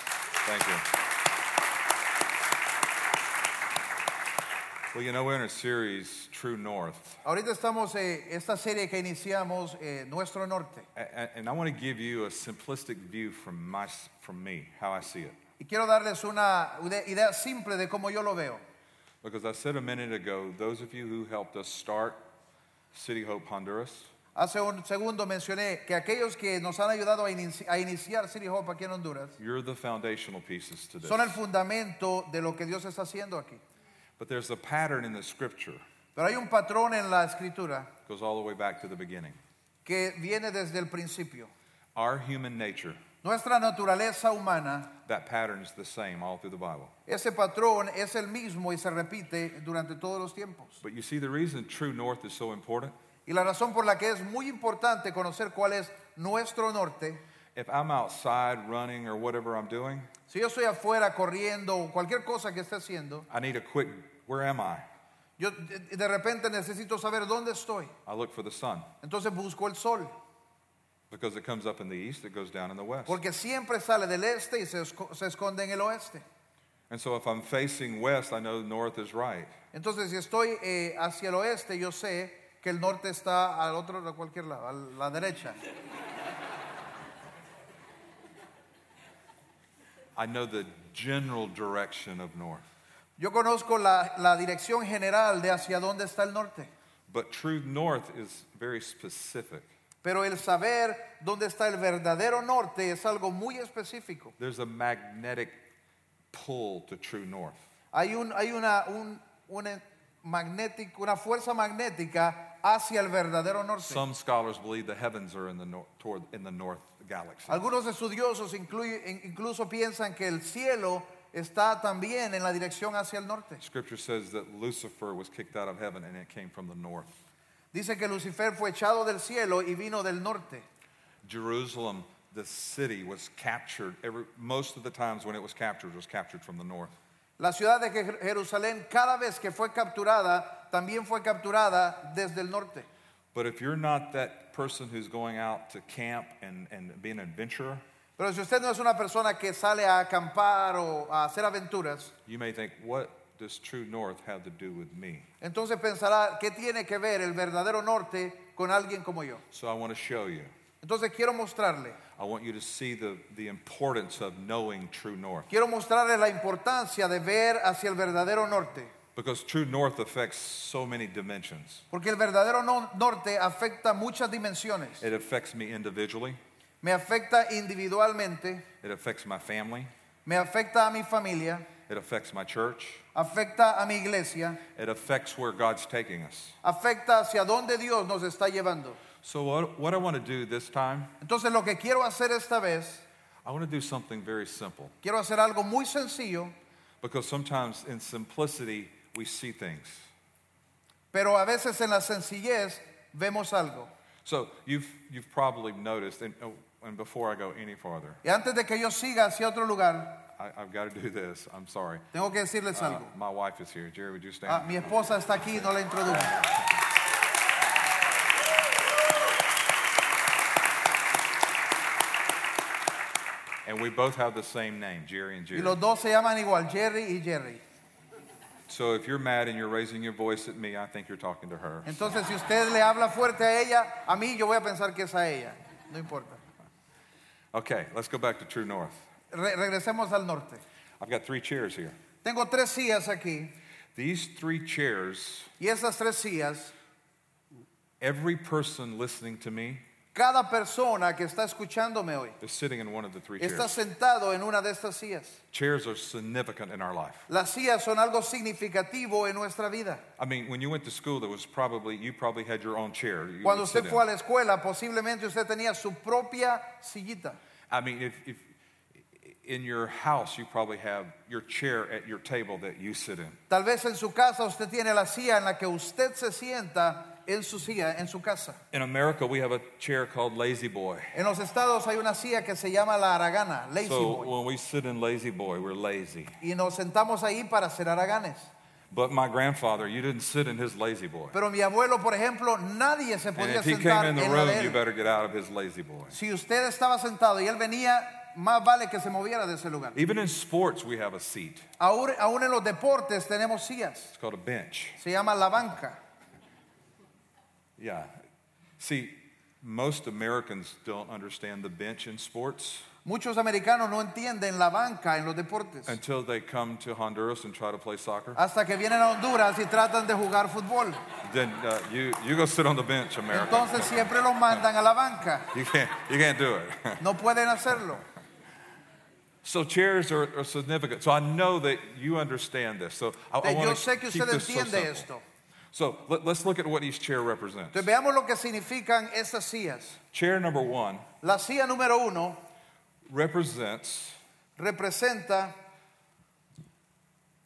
Thank you. Well, you know, we're in a series, True North, Ahorita estamos eh, esta serie que iniciamos, eh, Nuestro Norte. and, and I want to give you a simplistic view from, my, from me, how I see it. Y quiero darles una ide- idea simple de cómo yo lo veo. Because I said a minute ago, those of you who helped us start City Hope Honduras, Hace un segundo mencioné que aquellos que nos han ayudado a, inici- a iniciar City Hope aquí en Honduras you're the foundational pieces to this. son el fundamento de lo que Dios está haciendo aquí. But there's a pattern in the scripture, Pero hay un patrón en la escritura goes all the way back to the beginning. que viene desde el principio. Our human nature, Nuestra naturaleza humana, that pattern's the same all through the Bible. ese patrón es el mismo y se repite durante todos los tiempos. But you see, the reason True North is so important, Y la razón por la que es muy importante conocer cuál es nuestro norte if I'm outside running or whatever I'm doing, Si yo estoy afuera corriendo o cualquier cosa que esté haciendo, I need a quick, where am I? yo de de repente necesito saber dónde estoy. I look for the sun Entonces busco el sol, because it comes up in the east, it goes down in the west. porque siempre sale del este y se, esco- se esconde en el oeste. And so if I'm facing west, I know north is right. Entonces si estoy eh, hacia el oeste, yo sé que el norte está al otro, a cualquier lado, a la derecha. I know the general direction of north. Yo conozco la, la dirección general de hacia dónde está el norte, But true north is very specific. pero el saber dónde está el verdadero norte es algo muy específico. There's a magnetic pull to true north. Hay, un, hay una, un- un magnético- una fuerza magnética hacia el verdadero norte. Some scholars believe the heavens are in the north, toward in the north galaxy. Algunos estudiosos incluye- in- incluso piensan que el cielo está también en la dirección hacia el norte. Scripture says that Lucifer was kicked out of heaven and it came from the north. Dice que Lucifer fue echado del cielo y vino del norte. Jerusalem, the city, was captured. Every, most of the times when it was captured, it was captured from the north. La ciudad de Jer- Jerusalén cada vez que fue capturada, también fue capturada desde el norte. But if you're not that person who's going out to camp and, and being an adventurer, Pero si usted no es una persona que sale a acampar o a hacer aventuras, you may think, what does true north have to do with me? entonces pensará, ¿qué tiene que ver el verdadero norte con alguien como yo? So I want to show you. Entonces quiero mostrarle, I want you to see the, the importance of knowing true north. quiero mostrarle la importancia de ver hacia el verdadero norte, Because true north affects so many dimensions. porque el verdadero no- norte afecta muchas dimensiones. It affects me individually, Me afecta individualmente, it affects my family, me afecta a mi familia, it affects my church, afecta a mi iglesia, it affects where God's taking us. afecta hacia dónde Dios nos está llevando. So, what, what I want to do this time, Entonces lo que quiero hacer esta vez, I want to do something very simple. quiero hacer algo muy sencillo, Because sometimes in simplicity, we see things. pero a veces en la sencillez vemos algo. So, you've, you've probably noticed, and, oh, and before I go any farther, Y antes de que yo siga hacia otro lugar, I, I've got to do this. I'm sorry. tengo que decirles Uh, algo. my wife is here. Jerry, would you stand? Ah, mi esposa está aquí, no la introdujo. And we both have the same name, Jerry and Y Jerry. los dos se llaman igual, Jerry y Jerry. So if you're mad and you're raising your voice at me, I think you're talking to her. Entonces, si usted le habla fuerte a ella, a mí yo voy a pensar que es a ella. No importa. Okay, let's go back to True North. Re- regresemos al norte. I've got three chairs here. Tengo tres sillas aquí. These three chairs, Y esas tres sillas, every person listening to me cada persona que está escuchándome hoy is sitting in one of the three está chairs. sentado en una de estas sillas. Chairs are significant in our life. Las sillas son algo significativo en nuestra vida. I mean, when you went to school, there was probably you probably had your own chair. you Cuando would sit usted in. fue a la escuela, posiblemente usted tenía su propia sillita. I mean, if, if in your house you probably have your chair at your table that you sit in. Tal vez en su casa usted tiene la silla en la que usted se sienta en su silla, en su casa. In America, we have a chair called Lazy Boy. En los estados hay una silla que se llama la aragana, lazy So boy, when we sit in Lazy Boy, we're lazy. y nos sentamos ahí para hacer araganes. But my grandfather, you didn't sit in his Lazy Boy. Pero mi abuelo, por ejemplo, nadie se And podía if he came sentar in the en la room, de you él. better get out of his Lazy Boy. Si usted estaba sentado y él venía, más vale que se moviera de ese lugar. Even in sports, we have a seat. Aún, aún en los deportes tenemos sillas. It's called a bench. Se llama la banca. Yeah. See, most Americans don't understand the bench in sports Muchos americanos no entienden la banca en los deportes. until they come to Honduras and try to play soccer. Hasta que vienen a Honduras y tratan de jugar fútbol. Then uh, you, you go sit on the bench, America. Entonces siempre los mandan a la banca. You can't, you can't do it. No pueden hacerlo. so chairs are, are significant. So I know that you understand this. So I, I Entonces, want to Yo sé que keep usted this so entiende simple. esto. So let, let's look at what each chair represents. Entonces veamos lo que significan estas sillas. Chair number one La silla número uno represents representa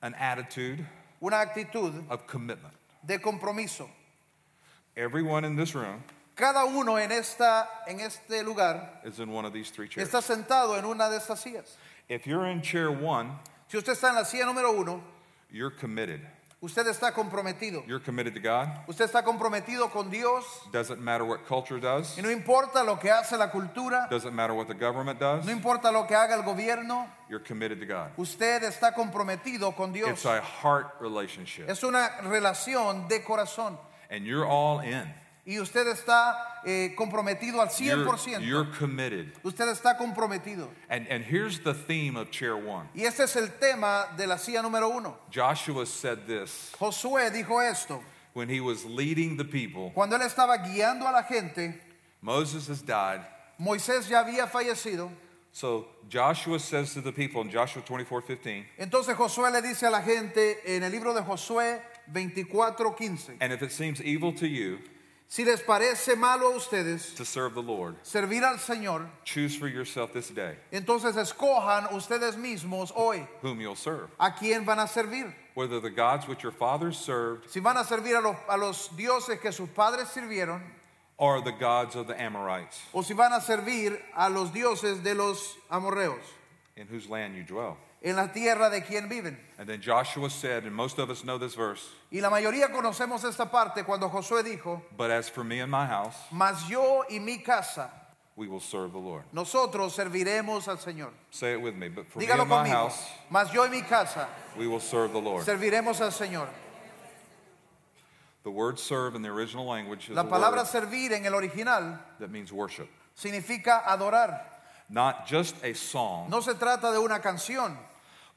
an attitude una actitud of commitment. de compromiso. Everyone in this room Cada uno en, esta, en este lugar is in one of these three chairs. está sentado en una de estas sillas. If you're in chair one, Si usted está en la silla número uno, you're committed. usted está comprometido. You're committed to God. Usted está comprometido con Dios Doesn't matter what culture does. y no importa lo que hace la cultura, Doesn't matter what the government does. no importa lo que haga el gobierno, You're committed to God. usted está comprometido con Dios. It's a heart relationship. Es una relación de corazón And you're all in. y usted está eh, comprometido al You're, 100%. you're committed. Usted está comprometido. And, and here's the theme of chair one. Y ese es el tema de la silla número uno. Joshua said this Josué dijo esto. when he was leading the people. Cuando él estaba guiando a la gente, Moses has died. Moisés ya había fallecido. So Joshua says to the people in Joshua 24 15, Entonces Josué le dice a la gente en el libro de Josué 24:15, And if it seems evil to you si les parece malo a ustedes to serve the Lord, servir al Señor, choose for yourself this day entonces escojan ustedes mismos hoy whom you'll serve. a quién van a servir. Whether the gods which your fathers served Si van a servir a los, a los dioses que sus padres sirvieron or the gods of the Amorites, o si van a servir a los dioses de los amorreos in whose land you dwell. en la tierra de quien viven. And then Joshua said, and most of us know this verse, Y la mayoría conocemos esta parte cuando Josué dijo, But as for me and my house, mas yo y mi casa, we will serve the Lord. nosotros serviremos al Señor. Say it with me. But for me Dígalo and my conmigo, house, mas yo y mi casa we will serve the Lord. serviremos al Señor. The word serve in the original language is a La palabra word servir en el original that means worship. significa adorar. Not just a song, No se trata de una canción,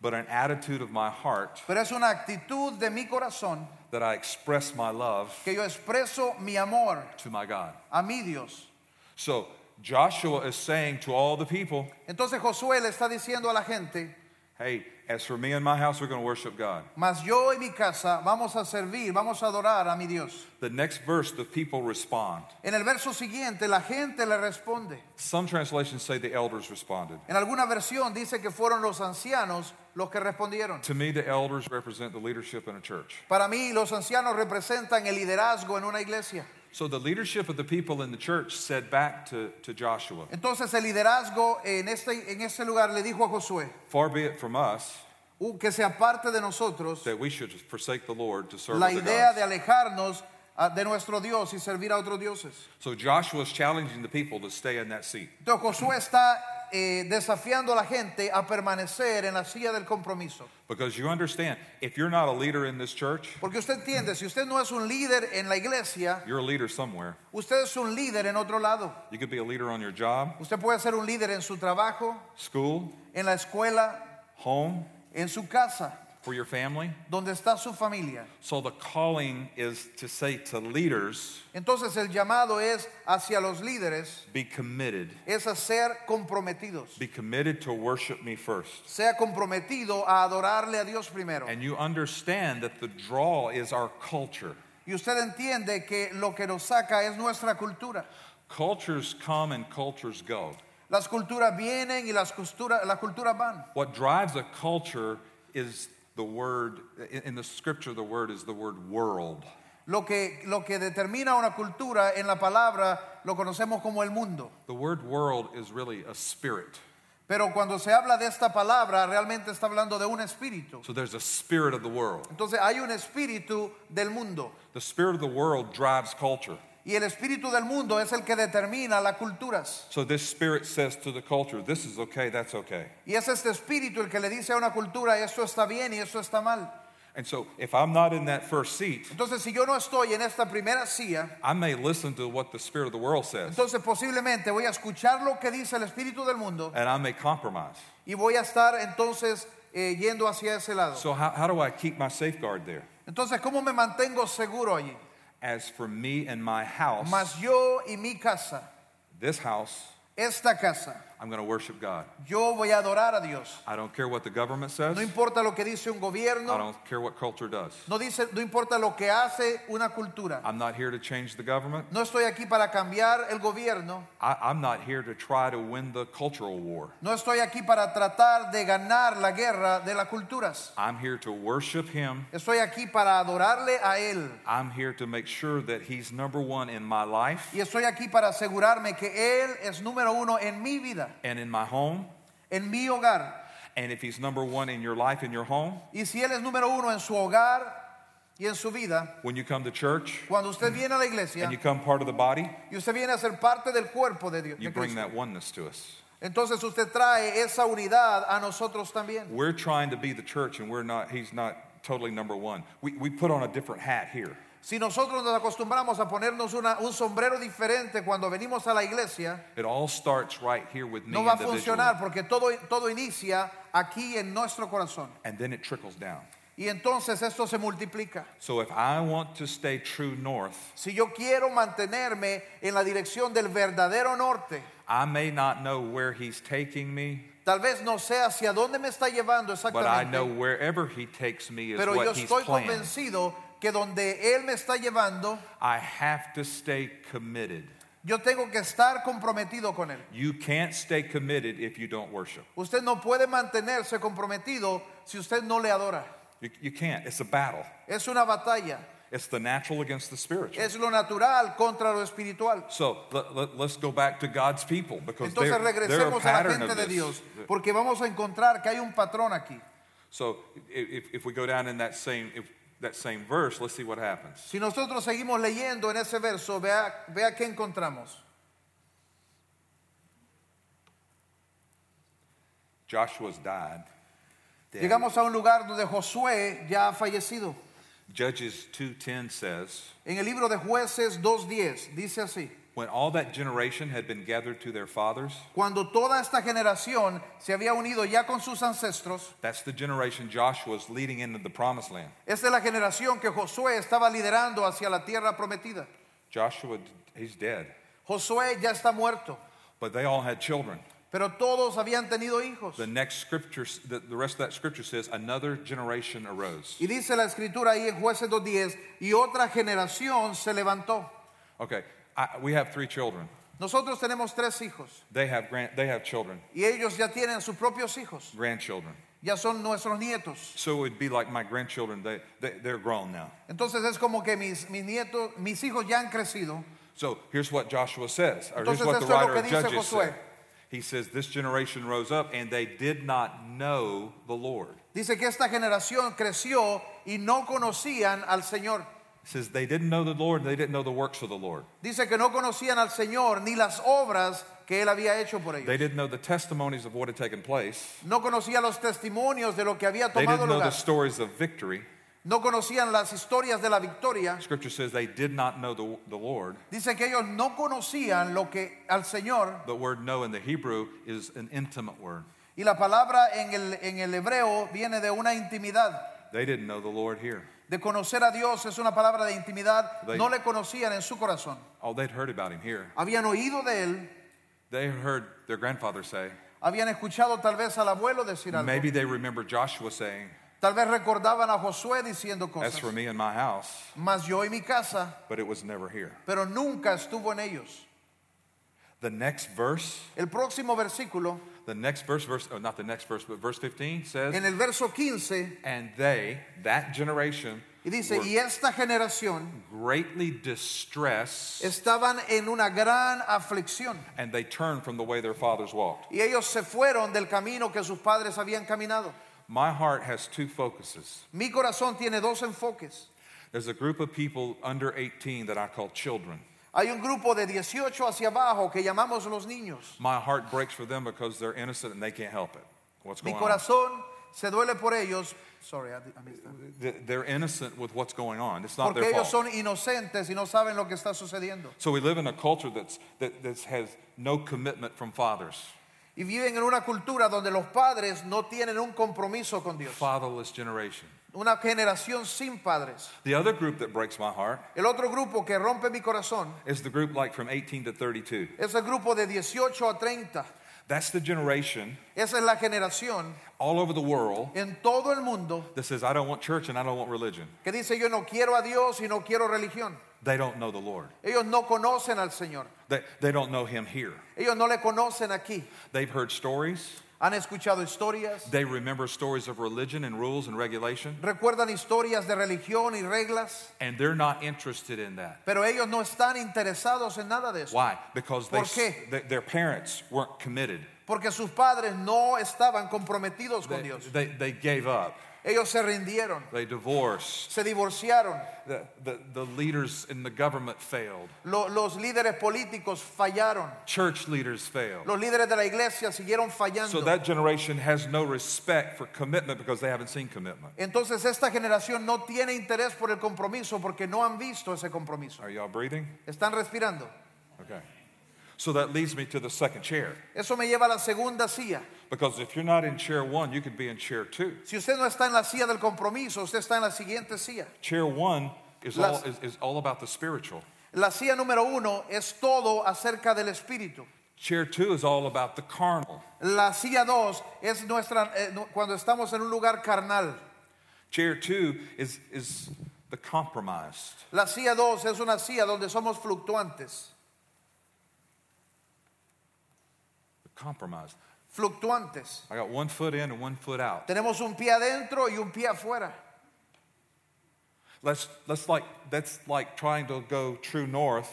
but an attitude of my heart pero es una actitud de mi corazón that I express my love que yo expreso mi amor to my God. a mi Dios. So Joshua is saying to all the people, Entonces Josué le está diciendo a la gente, Hey, as for me and my house, we're going to worship God. mas yo y mi casa vamos a servir, vamos a adorar a mi Dios. The next verse, the people respond. En el verso siguiente la gente le responde. Some translations say the elders responded. En alguna versión dice que fueron los ancianos los que respondieron. To me, the elders represent the leadership in a church. Para mí los ancianos representan el liderazgo en una iglesia. So the leadership of the people in the church said back to, to Joshua, Entonces el liderazgo en este, en este lugar le dijo a Josué, Far be it from us "Uh, que se aparte de nosotros that we should forsake the Lord to serve la other idea gods. de alejarnos ah, de nuestro Dios y servir a otros dioses. So Joshua is challenging the people to stay in that seat. Entonces Josué está eh, desafiando a la gente a permanecer en la silla del compromiso. Because you understand, if you're not a leader in this church, Porque usted entiende, si usted no es un líder en la iglesia, you're a leader somewhere. usted es un líder en otro lado. You could be a leader on your job, Usted puede ser un líder en su trabajo, school, en la escuela, home, en su casa, for your family. donde está su familia. So the calling is to say to leaders, Entonces el llamado es hacia los líderes, be committed. es a ser comprometidos. Be committed to worship me first. Sea comprometido a adorarle a Dios primero. And you understand that the draw is our culture. Y usted entiende que lo que nos saca es nuestra cultura. Cultures come and cultures go. Las culturas vienen y las, cultura- las culturas van. What drives a culture is the word, in- in the scripture, the word is the word world. Lo que, lo que determina una cultura en la palabra lo conocemos como el mundo. The word world is really a spirit. Pero cuando se habla de esta palabra realmente está hablando de un espíritu. So there's a spirit of the world. Entonces hay un espíritu del mundo. The spirit of the world drives culture. Y el espíritu del mundo es el que determina las culturas. So this spirit says to the culture, this is okay, that's okay. Y es este espíritu el que le dice a una cultura, esto está bien y esto está mal. And so if I'm not in that first seat, Entonces, si yo no estoy en esta primera silla, I may listen to what the spirit of the world says entonces posiblemente voy a escuchar lo que dice el espíritu del mundo and I may compromise. y voy a estar entonces eh, yendo hacia ese lado. So how, how do I keep my safeguard there? Entonces, ¿cómo me mantengo seguro allí? As for me and my house, Mas yo y mi casa, this house, esta casa, I'm going to worship God. yo voy a adorar a Dios. I don't care what the government says. No importa lo que dice un I gobierno, don't care what culture does. no, dice, no importa lo que hace una cultura. I'm not here to change the government. No estoy aquí para cambiar el gobierno, I, I'm not here to try to win the cultural war. no estoy aquí para tratar de ganar la guerra de las culturas. I'm here to worship Him. Estoy aquí para adorarle a Él. I'm here to make sure that He's number one in my life Y estoy aquí para asegurarme que Él es número uno en mi vida, and in my home. en mi hogar. And if He's number one in your life, in your home, Y si Él es número uno en su hogar y en su vida, when you come to church cuando usted viene a la Mm. and iglesia you come part of the body, y usted viene a ser parte del cuerpo de Dios, de you bring Cristo, that oneness to us. entonces usted trae esa unidad a nosotros también. We're trying to be the church and we're not, He's not totally number one. We, we put on a different hat here. Si nosotros nos acostumbramos a ponernos una- un sombrero diferente cuando venimos a la iglesia, It all starts right here with me No va a individually, funcionar porque todo, todo inicia aquí en nuestro corazón. and then it trickles down. Y entonces esto se multiplica. So if I want to stay true north, Si yo quiero mantenerme en la dirección del verdadero norte, I may not know where he's taking me, tal vez no sé hacia dónde me está llevando but I know exactamente, wherever he takes me is pero yo what he's estoy planned. convencido que donde Él me está llevando, I have to stay committed. yo tengo que estar comprometido con Él. You can't stay committed if you don't worship. Usted no puede mantenerse comprometido si usted no le adora. You, you can't. It's a battle. Es una batalla. It's the natural against the spiritual. Es lo natural contra lo espiritual. So let, let, us go back to God's people because Entonces they're, they're a regresemos a la pattern gente of de this. Dios, porque vamos a encontrar que hay un patrón aquí. So if, if we go down in that same, if, that same verse, let's see what happens. Si nosotros seguimos leyendo en ese verso, vea, vea qué encontramos. Joshua's died. Then Llegamos a un lugar donde Josué ya ha fallecido. Judges 2:10 says, En el libro de jueces 2.10 dice así, when all that generation had been gathered to their fathers, cuando toda esta generación se había unido ya con sus ancestros, that's the generation Joshua's leading into the promised land. esta es la generación que Josué estaba liderando hacia la tierra prometida. Joshua he's dead, Josué ya está muerto, but they all had children. pero todos habían tenido hijos. The next scripture the, the rest of that scripture says another generation arose. Y dice la escritura ahí en jueces 2.10, y otra generación se levantó. Okay, I, we have three children. Nosotros tenemos tres hijos They have grand, they have children, y ellos ya tienen sus propios hijos, grandchildren. ya son nuestros nietos. So it would be like my grandchildren, they, they, they're grown now. Entonces es como que mis, mis nietos, mis hijos ya han crecido. So here's what Joshua says, or here's Entonces, what the esto es writer lo que of dice Judges Josué. said. He says, This generation rose up and they did not know the Lord. Dice que esta generación creció y no conocían al Señor. He says, They didn't know the Lord, they didn't know the works of the Lord. Dice que no conocían al Señor ni las obras que él había hecho por ellos. They didn't know the testimonies of what had taken place. No conocían los testimonios de lo que había They didn't tomado know the lugar. stories of victory. No conocían las historias de la victoria. Scripture says they did not know the, the Lord. Dice que ellos no conocían lo que al Señor The word know in the Hebrew is an intimate word. y la palabra en el, en el hebreo viene de una intimidad. They didn't know the Lord here. De conocer a Dios es una palabra de intimidad. They- No le conocían en su corazón. Oh, they'd heard about him here. Habían oído de él, They heard their grandfather say. habían escuchado tal vez al abuelo decir algo. Maybe they remember Joshua saying, Tal vez recordaban a Josué diciendo As cosas. for me and my house, Mas yo y mi casa, but it was never here. pero nunca estuvo en ellos. The next verse, El próximo versículo, the next verse, verse, oh, not the next verse, but verse 15 says, en el verso 15, And they, that generation, y dice, were y esta generación greatly distressed, estaban en una gran aflicción. and they turned from the way their fathers walked. Y ellos se fueron del camino que sus padres habían caminado. My heart has two focuses. Mi corazón tiene dos enfoques. There's a group of people under 18 that I call children. Hay un grupo de 18 hacia abajo que llamamos los niños. My heart breaks for them because they're innocent and they can't help it. What's Mi going on? corazón se duele por ellos. Sorry, I did- I missed that. Th- They're innocent with what's going on. It's not Porque their ellos fault. son inocentes y no saben lo que está sucediendo. So we live in a culture that's, that that has no commitment from fathers. Y viven en una cultura donde los padres no tienen un compromiso con Dios. Fatherless generation. Una generación sin padres. The other group that breaks my heart El otro grupo que rompe mi corazón is the group like from 18 to 32. es el grupo de 18 a 30. That's the generation Esa es la generación all over the world en todo el mundo that says, I don't want church and I don't want religion. que dice yo no quiero a Dios y no quiero religión. They don't know the Lord. Ellos no conocen al Señor. They, they don't know Him here. Ellos no le conocen aquí. They've heard stories. Han escuchado historias, They remember stories of religion and rules and regulation, recuerdan historias de religión y reglas, and they're not interested in that. pero ellos no están interesados en nada de eso. Why? Because they, ¿Por qué? th- their parents weren't committed. Porque sus padres no estaban comprometidos con They, Dios. they, they gave up. Ellos se rindieron, They divorced. se divorciaron. The, the, the leaders in the government failed. Lo- los líderes políticos fallaron. Church leaders failed. Los líderes de la iglesia siguieron So fallando. that generation has no respect for commitment because they haven't seen commitment. Entonces esta generación no tiene interés por el compromiso porque no han visto ese compromiso. Are y'all breathing? Están respirando. Okay. So that leads me to the second chair. Eso me lleva a la segunda silla. Because if you're not in chair one, you could be in chair two. Si usted no está en la silla del compromiso, usted está en la siguiente silla. Chair one is all, Las- is, is all about the spiritual. La silla número uno es todo acerca del espíritu. Chair two is all about the carnal. La silla dos es nuestra eh, no- cuando estamos en un lugar carnal. Chair two is, is the compromised. La silla dos es una silla donde somos fluctuantes. The compromised. Fluctuantes. I got one foot in and one foot out. Tenemos un pie adentro y un pie afuera. Let's, let's like, that's like trying to go true north,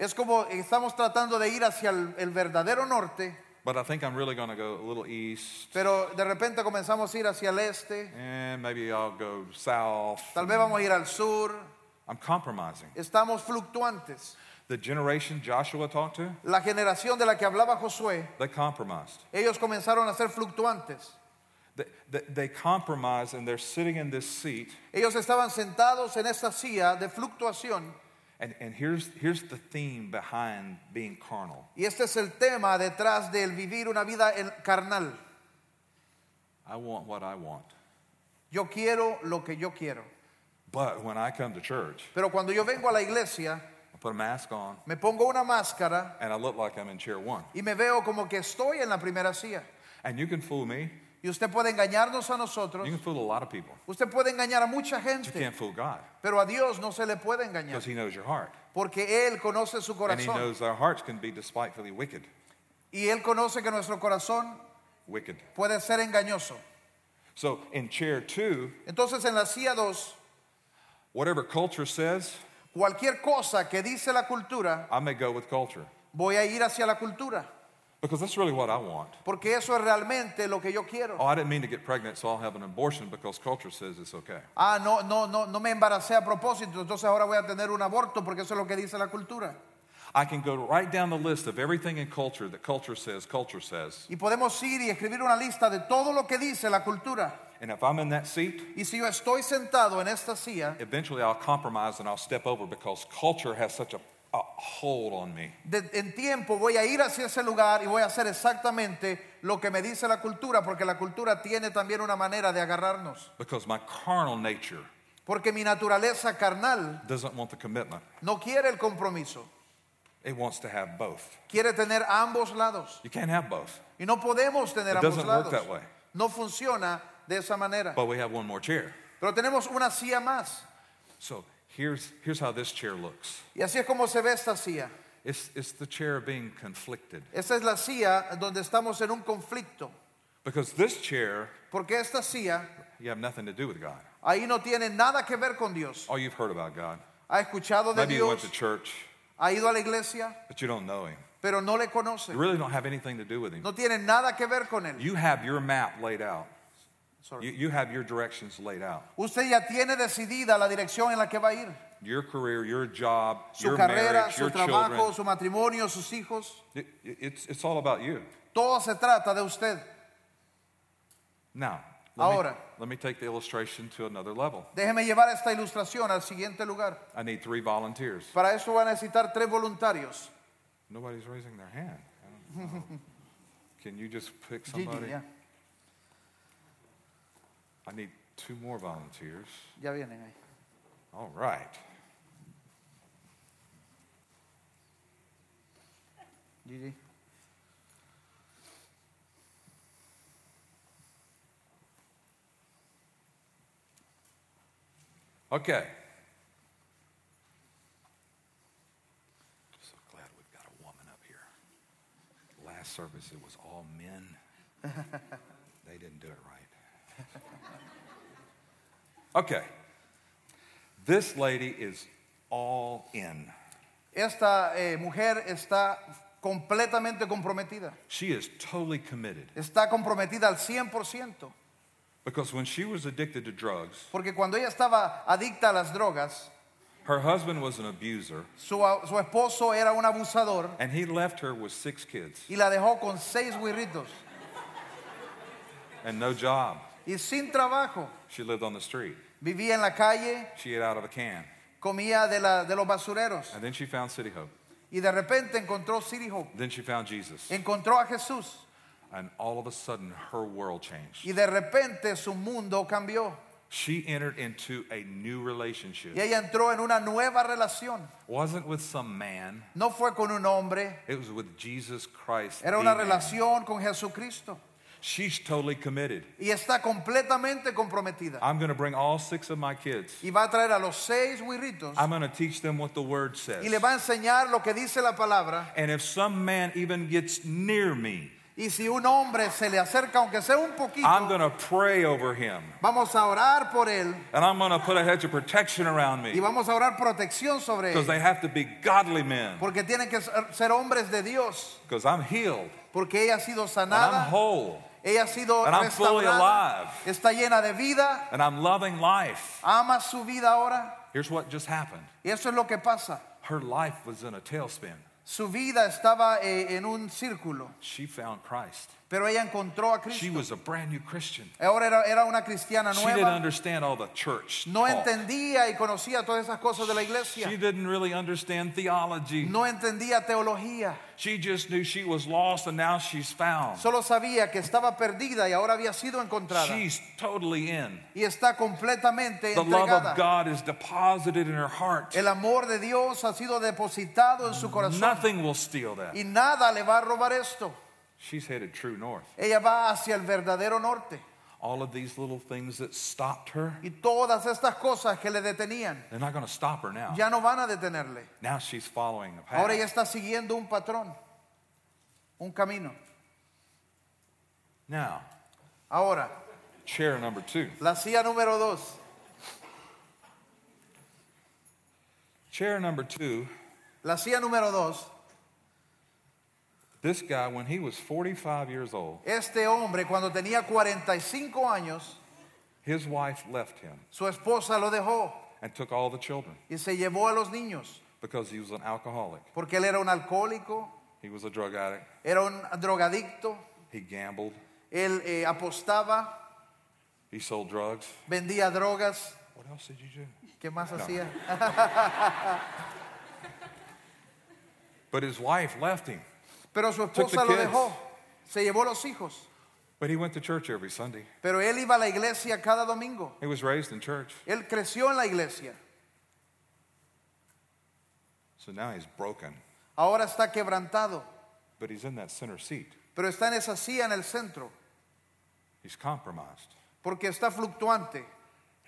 Es como estamos tratando de ir hacia el- el verdadero norte, but I think I'm really going to go a little east, pero de repente comenzamos a ir hacia el este. and maybe I'll go south. Tal vez vamos a ir al sur. I'm compromising. Estamos fluctuantes. The generation Joshua talked to, La generación de la que hablaba Josué, they compromised. ellos comenzaron a ser fluctuantes. They, they, they compromise and they're sitting in this seat. Ellos estaban sentados en esta silla de fluctuación And, and here's, here's the theme behind being carnal y este es el tema detrás del vivir una vida en- carnal. I want what I want. Yo quiero lo que yo quiero. But when I come to church, Pero cuando yo vengo a la iglesia, I put a mask on me pongo una máscara and I look like I'm in chair one. y me veo como que estoy en la primera silla. And you can fool me, Y usted puede engañarnos a you nosotros, can fool a lot of people. usted puede engañar a mucha But gente, you can't fool God pero a Dios no se le puede engañar because He knows your heart. porque Él conoce su And He corazón knows our hearts can be despitefully wicked. y Él conoce que nuestro corazón Wicked. puede ser engañoso. So in chair two, Entonces en la silla 2 whatever culture says, Cualquier cosa que dice la cultura, I may go with culture voy a ir hacia la cultura, because that's really what I want. porque eso es realmente lo que yo quiero. Oh, I didn't mean to get pregnant, so I'll have an abortion because culture says it's okay. Ah, no, no, no, no me embaracé a propósito, entonces ahora voy a tener un aborto porque eso es lo que dice la cultura. I can go right down the list of everything in culture that culture says, culture says. Y podemos ir y escribir una lista de todo lo que dice la cultura. And if I'm in that seat, Y si yo estoy sentado en esta silla, eventually I'll compromise and I'll step over because culture has such a, a hold on me. de- en tiempo voy a ir hacia ese lugar y voy a hacer exactamente lo que me dice la cultura, porque la cultura tiene también una manera de agarrarnos. Because my carnal nature Porque mi naturaleza carnal doesn't want the commitment, no quiere el compromiso. it wants to have both. quiere tener ambos lados You can't have both, y no podemos It tener ambos doesn't work lados. that way. No funciona de esa manera. but we have one more chair. Pero tenemos una silla más So here's, here's how this chair looks y así es como se ve esta silla. it's, it's the chair of being conflicted. Esta es la silla donde estamos en un conflicto, Because this chair, porque esta silla you have nothing to do with God. ahí no tiene nada que ver con Dios. Oh, you've heard about God. Ha escuchado de Maybe you went Dios, to church, ha ido a la iglesia, but you don't know Him. pero no le conoce. You really don't have anything to do with Him. No tiene nada que ver con él. You have your map laid out. Sorry. You, you have your directions laid out. Usted ya tiene decidida la dirección en la que va a ir. your career, your job, Su your carrera, marriage, su your trabajo, children. su matrimonio, sus hijos. It- it's, it's all about you. Todo se trata de usted. Now, let me- Ahora. let me take the illustration to another level. Déjeme llevar esta ilustración al siguiente lugar. I need three volunteers. Para eso va a necesitar tres voluntarios. Nobody's raising their hand. I don't know. Can you just pick Gigi, somebody? ya, I need two more volunteers. ya vienen ahí. All right. Gigi. Okay. So glad we've got a woman up here. Last service, it was all men. they didn't do it right. Okay. This lady is all in. Esta eh, mujer está completamente comprometida. She is totally committed Está comprometida al 100%. because when she was addicted to drugs, Porque cuando ella estaba adicta a las drogas, her husband was an abuser su, su esposo era un abusador and he left her with six kids y la dejó con seis guirritos and no job. y sin trabajo. She lived on the street. Vivía en la calle, She ate out of a can. comía de, la- de los basureros And then she found City Hope. y de repente encontró City Hope. Then she found Jesus. Encontró a Jesús And all of a sudden, her world changed. y de repente su mundo cambió. She entered into a new Y relationship. ella entró en una nueva relación. Wasn't with some man, No fue con un hombre, it was with Jesus Christ. era the una man. relación con Jesucristo. She's totally committed. Y está completamente comprometida. I'm going to bring all six of my kids. Y va a traer a los seis huirritos I'm going to teach them what the word says. y le va a enseñar lo que dice la palabra. And if some man even gets near me, Y si un hombre se le acerca, aunque sea un I'm poquito, going to pray over him. vamos a orar por él And I'm going to put a hedge of protection around y me. vamos a orar protección sobre Because él. they have to be godly men. Porque tienen que ser ser hombres de Dios. Because I'm healed. Porque ella ha sido And I'm sanada, whole. ella ha sido and I'm fully restaurada, alive. está llena de vida, And I'm loving life. ama su vida ahora. Here's what just happened Y eso es lo que pasa. her life was in a tailspin. Su vida estaba eh, en un círculo, She found Christ. pero ella encontró a She Cristo. was a brand new Christian. Ahora era, era una cristiana She didn't nueva. understand all the church. No talk. entendía y conocía todas esas cosas de la She iglesia. didn't really understand theology. No entendía teología. She just knew she was lost and now she's found. Solo sabía que estaba perdida y ahora había sido encontrada. She's totally in. Y está completamente The love of entregada. God is deposited in her heart. El amor de Dios ha sido depositado en su corazón. Nothing will steal that. Y nada le va a robar esto. She's headed true north. Ella va hacia el verdadero norte. All of these little things that stopped her, Y todas estas cosas que le detenían they're not going to stop her now. ya no van a detenerle. Now she's following a path. Ahora ella está siguiendo un patrón, un camino. Now, Ahora, chair number two. la silla número dos. Chair number two, La silla número dos. this guy, when he was 45 years old, Este hombre, cuando tenía 45 años, his wife left him su esposa lo dejó and took all the children y se llevó a los niños, because he was an alcoholic. porque él era un alcohólico, He was a drug addict. era un drogadicto, He gambled. él eh, apostaba, He sold drugs. vendía drogas, What else did you do? ¿qué más hacía? But his wife left him. Pero su esposa Took the lo kids. dejó, se llevó los hijos, But he went to church every Sunday. pero él iba a la iglesia cada domingo, He was raised in church. él creció en la iglesia, So now he's broken. ahora está quebrantado, But he's in that center seat. pero está en esa silla en el centro, He's compromised. porque está fluctuante,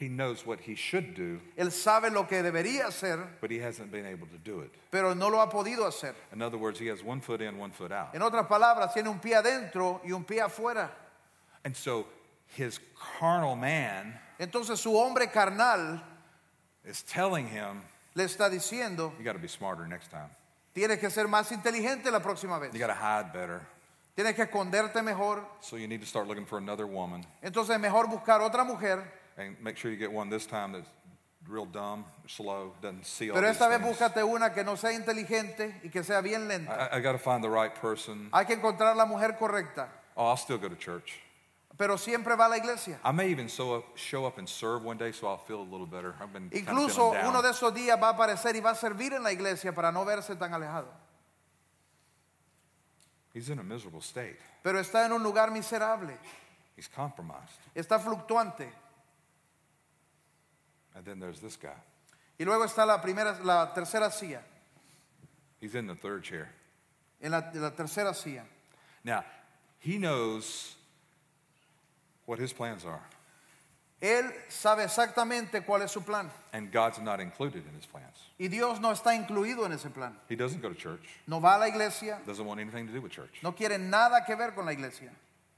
He knows what he should do, él sabe lo que debería hacer, but he hasn't been able to do it. pero no lo ha podido hacer. In other words, he has one foot in, one foot out. En otras palabras, tiene un pie adentro y un pie afuera. And so his carnal man Entonces su hombre carnal is telling him, le está diciendo, you got to be smarter next time. tienes que ser más inteligente la próxima vez, You got to hide better. tienes que esconderte mejor, So you need to start looking for another woman entonces es mejor buscar otra mujer and make sure you get one this time that real dumb, slow, doesn't see all Pero these esta vez things. búscate una que no sea inteligente y que sea bien I- lenta. I, I got to find the right person. Hay que encontrar la mujer correcta, Oh, I'll still go to church. pero siempre va a la iglesia. I may even so up, show up and serve one day so I'll feel a little better. I've been kind of Incluso feeling down. uno de esos días va a aparecer y va a servir en la iglesia para no verse tan alejado. He's in a miserable state. Pero está en un lugar miserable, He's compromised. está fluctuante. And then there's this guy. Y luego está la primera, la tercera silla, He's in the third chair. en la, en la tercera silla. Now, he knows what his plans are, Él sabe exactamente cuál es su plan and God's not included in his plans. y Dios no está incluido en ese plan. He doesn't go to church, No va a la iglesia, doesn't want anything to do with church. no quiere nada que ver con la iglesia.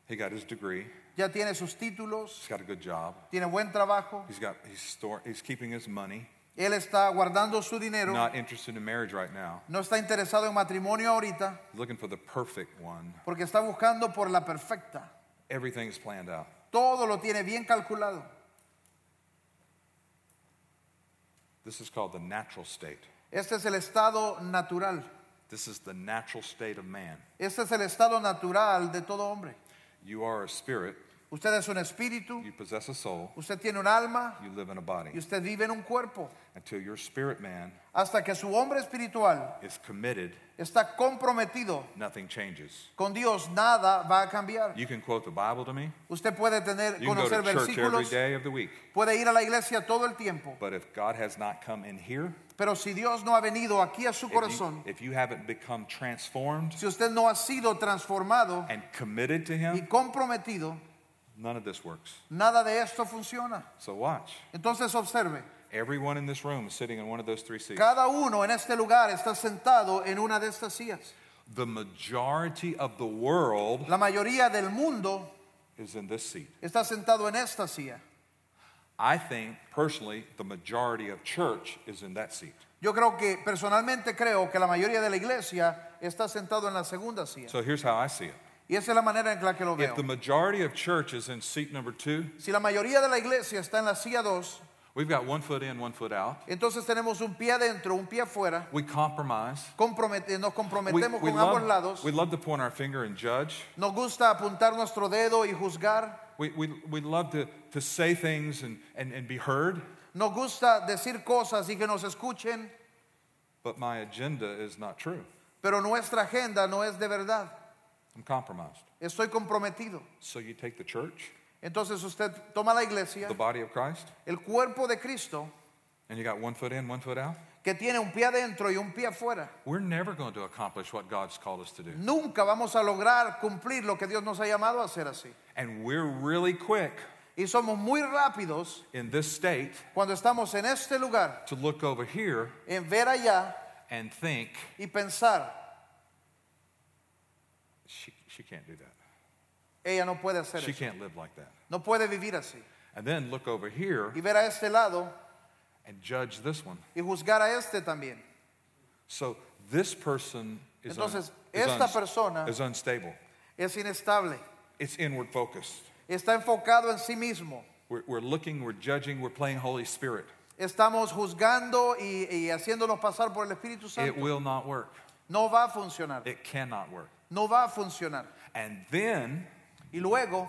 He got his degree, Ya tiene sus títulos, he's got a good job, tiene buen trabajo, he's, got, he's, store, he's keeping his money, él está guardando su dinero, not interested in marriage right now, no está interesado en matrimonio ahorita looking for the perfect one. porque está buscando por la perfecta. Everything's planned out. Todo lo tiene bien calculado. This is called the natural state. Este es el estado natural. This is the natural state of man. Este es el estado natural de todo hombre. You are a spirit, Usted es un espíritu, you possess a soul, usted tiene un alma you live in a y body. usted vive en un cuerpo. Until your spirit man Hasta que su hombre espiritual is committed, está comprometido nothing changes. con Dios, nada va a cambiar. You can quote the Bible to me. Usted puede tener, You can go conocer to church every versículos, day of the week. puede ir a la iglesia todo el tiempo, But if God has not come in here, pero si Dios no ha venido aquí a su if you, corazón, if you haven't become transformed si usted no ha sido transformado and committed to y Him, comprometido, none of this works. nada de esto funciona. So watch. Entonces observe, Everyone in this room is sitting in one of those three seats. cada uno en este lugar está sentado en una de estas sillas. The majority of the world La mayoría del mundo is in this seat. está sentado en esta silla. I think personally, the majority of church is in that seat. Yo creo que personalmente creo que la mayoría de la iglesia está sentado en la segunda silla. So here's how I see it. Y esa es la manera en la que lo veo. If the majority of church is in seat number two, Si la mayoría de la iglesia está en la silla 2, we've got one foot in, one foot out. entonces tenemos un pie adentro, un pie afuera, We compromise. compromete- nos We, comprometemos we con ambos love, lados, we love to point our finger and judge. nos gusta apuntar nuestro dedo y juzgar, We, we, we love to, to say things and, and, and be heard. nos gusta decir cosas y que nos escuchen, But my agenda is not true. pero nuestra agenda no es de verdad. I'm compromised. Estoy comprometido. So you take the church, Entonces usted toma la iglesia, the body of Christ, el cuerpo de Cristo, and you got one foot in, one foot out. que tiene un pie adentro y un pie afuera. We're never going to accomplish what God's called us to do. Nunca vamos a lograr cumplir lo que Dios nos ha llamado a hacer así. And we're really quick Y somos muy rápidos in this state cuando estamos en este lugar, to look over here en ver allá and think, y pensar, she, she can't do that. ella no puede hacer She eso, can't live like that. no puede vivir así. And then look over here Y ver a este lado and judge this one. y juzgar a este también. So this person is, un- Entonces, is esta persona- is unstable. Es inestable, It's inward focused. está enfocado en sí mismo. We're, we're looking, we're judging, we're playing Holy Spirit. Estamos juzgando y, y haciéndonos pasar por el Espíritu It Santo. will not work. No va a funcionar, It cannot work. no va a funcionar. And then Y luego,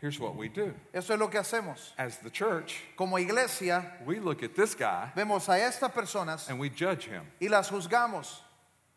here's what we do. eso es lo que hacemos. As the church, Como iglesia, we look at this guy vemos a estas personas and we judge him y las juzgamos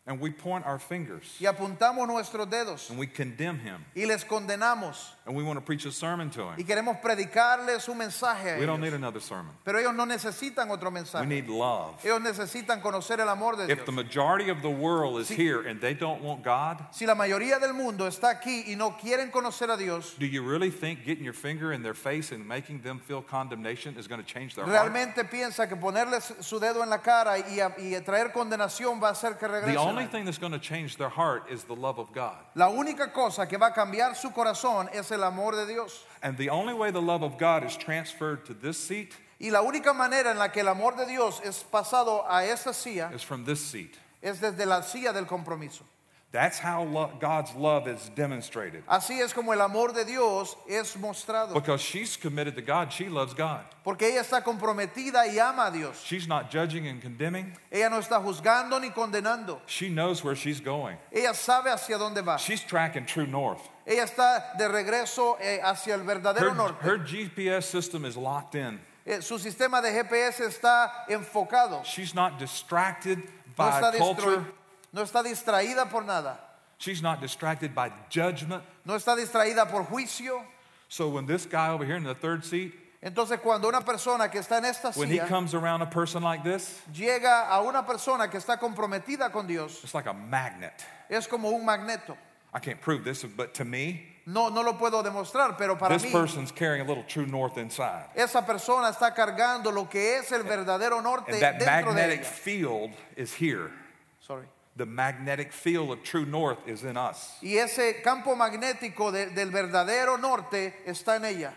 and we point our fingers y apuntamos nuestros dedos and we condemn him y les condenamos and we want to preach a sermon to y him. queremos predicarles un mensaje a We don't ellos. need another sermon. Pero ellos no necesitan otro We mensaje. need love. Ellos necesitan conocer el amor de If the Dios. majority of the world is here and they don't want God, Si la mayoría del mundo está aquí y no quieren conocer a Dios, do you really think getting your finger in their face and making them feel condemnation is going to change their heart? realmente piensa que ponerles su dedo en la cara y, a- y traer condenación va a hacer que The only regresen. thing that's going to change their heart is the love of God. La única cosa que va a cambiar su corazón es el amor de Dios. And the only way the love of God is transferred to this seat Y la única manera en la que el amor de Dios es pasado a esta silla is from this seat. es desde la silla del compromiso. That's how lo- God's love is demonstrated. Así es como el amor de Dios es mostrado. Because she's committed to God, she loves God. Porque ella está comprometida y ama a Dios. She's not judging and condemning. Ella no está juzgando ni condenando. She knows where she's going. Ella sabe hacia dónde va. She's tracking true north. Ella está de regreso eh, hacia el Her, verdadero norte. her GPS system is locked in. Eh, su sistema de GPS está enfocado. She's not distracted No by está, culture. distraída, no está distraída por nada. She's not distracted by judgment. No está distraída por juicio. So when this guy over here in the third seat, Entonces cuando una persona que está en esta when he silla comes around a person like this, llega a una persona que está comprometida con Dios, it's like a magnet. es como un magneto. I can't prove this, but to me, No, no lo puedo demostrar, pero para this mí person's carrying a little true north inside. esa persona está cargando lo que es el verdadero norte And that dentro de magnetic ella. field is here. Sorry. The magnetic field of true north is in us. Y ese campo magnético de- del verdadero norte está en ella.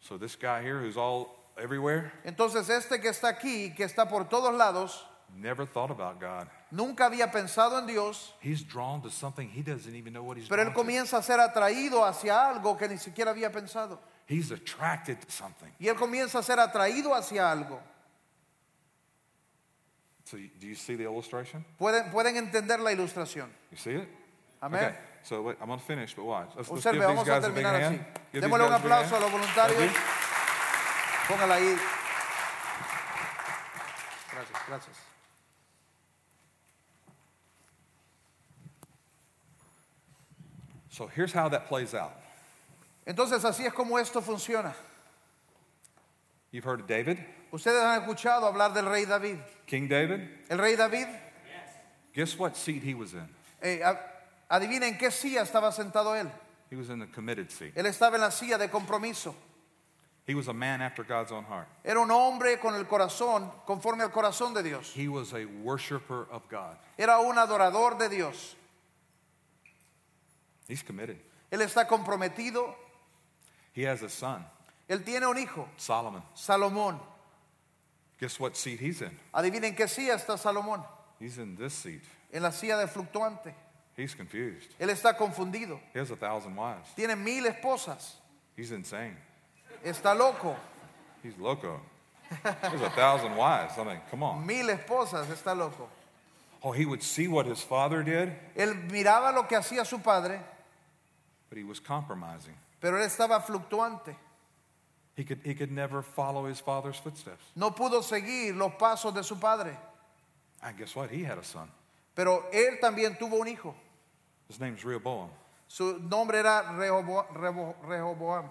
So this guy here who's all everywhere Entonces este que está aquí, que está por todos lados, never thought about God. nunca había pensado en Dios, He's drawn to something he doesn't even know what he's pero él drawn to. comienza a ser atraído hacia algo que ni siquiera había pensado. He's attracted to something. Y él comienza a ser atraído hacia algo. So you- do you see the illustration? Pueden, pueden entender la ilustración. You see it? Amén. Okay. So wait, I'm going to finish, but watch. Let's, let's give Observe, these vamos a guys a big terminar así. hand. Give these Démosle un guys a big hand. aplauso a los Thank voluntarios. you. Póngala ahí. Gracias, gracias. So here's how that plays out. Entonces así es como esto funciona. You've heard of David, Ustedes han escuchado hablar del rey David. King David. El rey David, Guess what seat he was in? eh, a- adivinen en qué silla estaba sentado él. He was in the committed seat. Él estaba en la silla de compromiso. He was a man after God's own heart. Era un hombre con el corazón, conforme al corazón de Dios. He was a worshiper of God. Era un adorador de Dios. He's committed. Él está comprometido. He has a son, Él tiene un hijo, Solomon. Salomón. Guess what seat he's in? Adivinen qué silla está Salomón. He's in this seat. En la silla de fluctuante. He's confused. Él está confundido. He has a thousand wives. Tiene mil esposas. He's insane. Está loco. He's loco. There's a thousand wives. I mean, come on. Mil esposas. Está loco. Oh, he would see what his father did, Él miraba lo que hacía su padre, but he was compromising. pero él estaba fluctuante. He could, he could never follow his father's footsteps. No pudo seguir los pasos de su padre. And guess what? He had a son. Pero él también tuvo un hijo. His name's Rehoboam. Su nombre era Rehobo- Rebo- Rehoboam.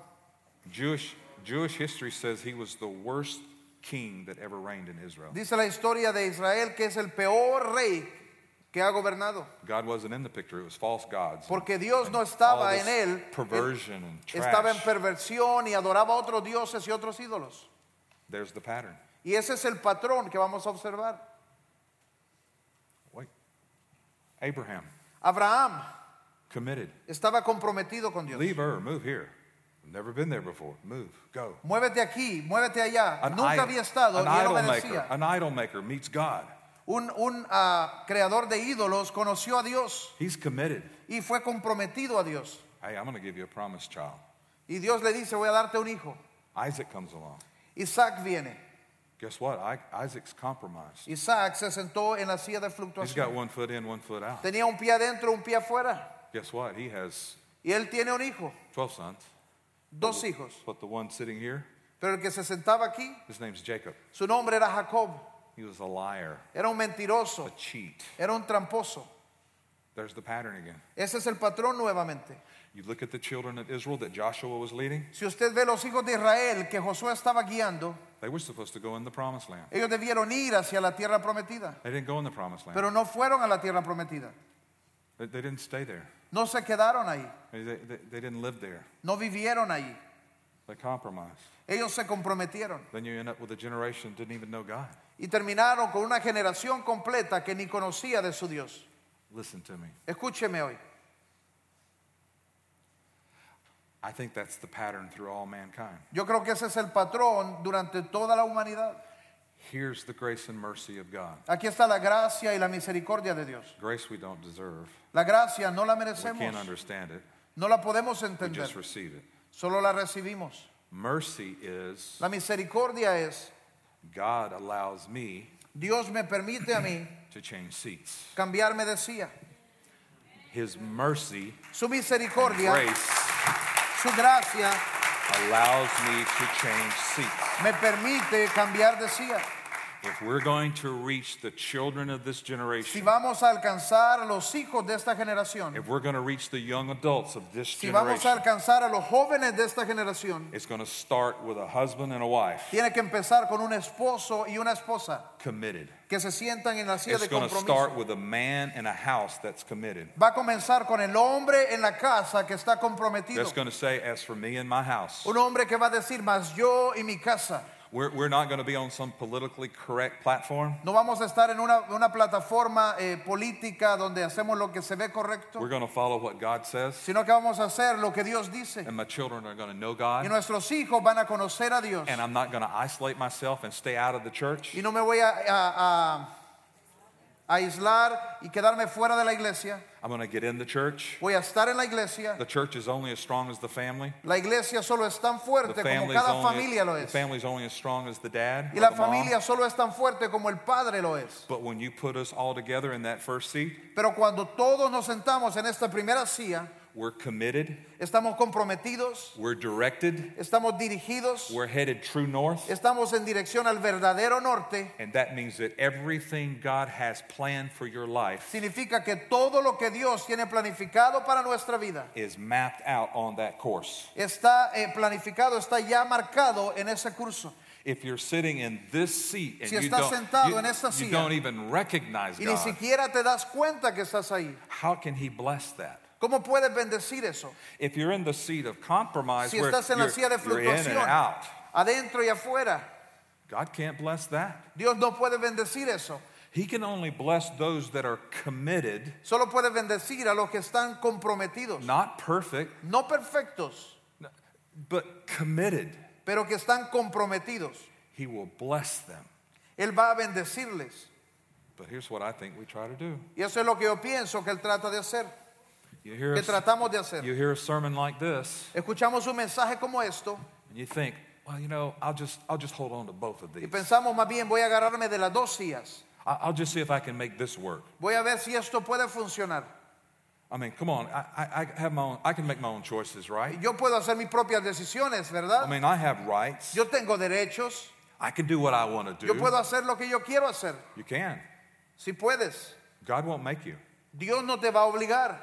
Jewish, Jewish history says he was the worst king that ever reigned in Israel. Dice la historia de Israel que es el peor rey que ha gobernado. God wasn't in the picture, it was false gods. Porque Dios no All estaba en this él. perversion and Estaba en trash. perversión y adoraba a otros dioses y otros ídolos. There's the pattern. Y ese es el patrón que vamos a observar. Wait. Abraham, Abraham committed. estaba comprometido con Dios. Leave Ur, move here. I've never been there before. Move, go. Muévete aquí, muévete allá. An Nunca idol- había estado an y él idol maker. obedecía. An idol maker meets God. Un, un, ah, creador de ídolos conoció a Dios He's committed. y fue comprometido a Dios. Hey, I'm going to give you a promise, child. Y Dios le dice, voy a darte un hijo. Isaac comes along. Isaac viene. Guess what? I, Isaac's compromised. Isaac se sentó en la silla de He's got fluctuación. one foot in, one foot out. Tenía un pie adentro, un pie afuera. Guess what? He has Y él tiene un hijo, 12 sons. dos hijos. But the one sitting here, Pero el que se sentaba aquí, his name's Jacob. su nombre era Jacob. He was a liar, Era un a mentiroso, cheat. era un tramposo. There's the pattern again. Ese es el patrón nuevamente. You look at the children of Israel that Joshua was leading, Si usted ve los hijos de Israel que Josué estaba guiando, they were supposed to go in the promised land. ellos debieron ir hacia la tierra prometida. They didn't go in the promised land. Pero no fueron a la tierra prometida. They, they didn't stay there. No se quedaron ahí. They, they, they didn't live there. No vivieron ahí. They compromised. Ellos se comprometieron Then you end up with a generation that didn't even know God. y terminaron con una generación completa que ni conocía de su Dios. Listen to me. Escúcheme hoy. I think that's the pattern through all mankind. Yo creo que ese es el patrón durante toda la humanidad. Here's the grace and mercy of God. Aquí está la gracia y la misericordia de Dios. Grace we don't deserve. La gracia no la We can't merecemos, understand it. no la podemos We just entender, receive it. solo la recibimos. Mercy is La misericordia es, God allows me Dios me permite a mí to change seats. cambiarme de silla. His mercy, Su misericordia, grace, su gracia allows me to change seats. me permite cambiar de silla. If we're going to reach the children of this Si generation, vamos a alcanzar a los hijos de esta generación, if we're going to reach the young adults of this si vamos a generation, alcanzar a los jóvenes de esta generación, it's going to start with a husband and a wife tiene que empezar con un esposo y una esposa committed. que se sientan en la silla It's de going to compromiso. start with a man and a house that's committed. Va a comenzar con el hombre en la casa que está comprometido. That's going to say, as for me and my house, Un hombre que va a decir, más yo y mi casa. we're, we're not going to be on some politically correct platform. No vamos a estar en una, una plataforma eh, política donde hacemos lo que se ve correcto, We're going to follow what God says, sino que vamos a hacer lo que Dios dice. and my children are going to know Y God, nuestros hijos van a conocer a Dios. and I'm not going to isolate myself and stay out of the church. Y no me voy a, a- a- a aislar y quedarme fuera de la iglesia. I'm going to get in the church. Voy a estar en la iglesia. The church is only as strong as the family. La iglesia solo es tan The fuerte como family's cada only, familia lo the es. family's only as strong as the dad. Y or la the mom. familia solo es tan fuerte como el padre lo es. But when you put us all together in that first seat, Pero cuando todos nos sentamos en esta primera silla, we're committed, estamos comprometidos, we're directed, estamos dirigidos, we're headed true north. estamos en dirección al verdadero norte, And that means that everything God has planned for your life significa que todo lo que Dios tiene planificado para nuestra vida is mapped out on that course. está eh, planificado, está ya marcado en ese curso. If you're sitting in this seat and Si you, estás don't, sentado you- en esta you silla don't even recognize Y ni God, siquiera te das cuenta que estás ahí. how can He bless that? ¿Cómo puedes bendecir eso? If you're in the seat of compromise, Si where estás en la you're, silla de you're in and fluctuación, out, adentro y afuera, God can't bless that. Dios no puede bendecir eso. He can only bless those that are committed, Solo puede bendecir a los que están comprometidos, not perfect, no perfectos, but committed. pero que están comprometidos. He will bless them. Él va a bendecirles. But here's what I think we try to do. Y eso es lo que yo pienso que Él trata de hacer, You hear, que a, tratamos de hacer. you hear a sermon like this, Escuchamos un mensaje como esto and you think, well, you know, I'll just, I'll just hold on to both of y these. pensamos más bien voy a agarrarme de las dos sillas, I- I'll just see if I can make this work. voy a ver si esto puede funcionar. I mean, come on, I, I, I have my own, I can make my own choices, right? Yo puedo hacer mis propias decisiones, I ¿verdad? mean, I have rights. Yo tengo derechos, I can do what I want to yo do. puedo hacer lo que yo quiero hacer, You can. si puedes. God won't make you. Dios no te va a obligar,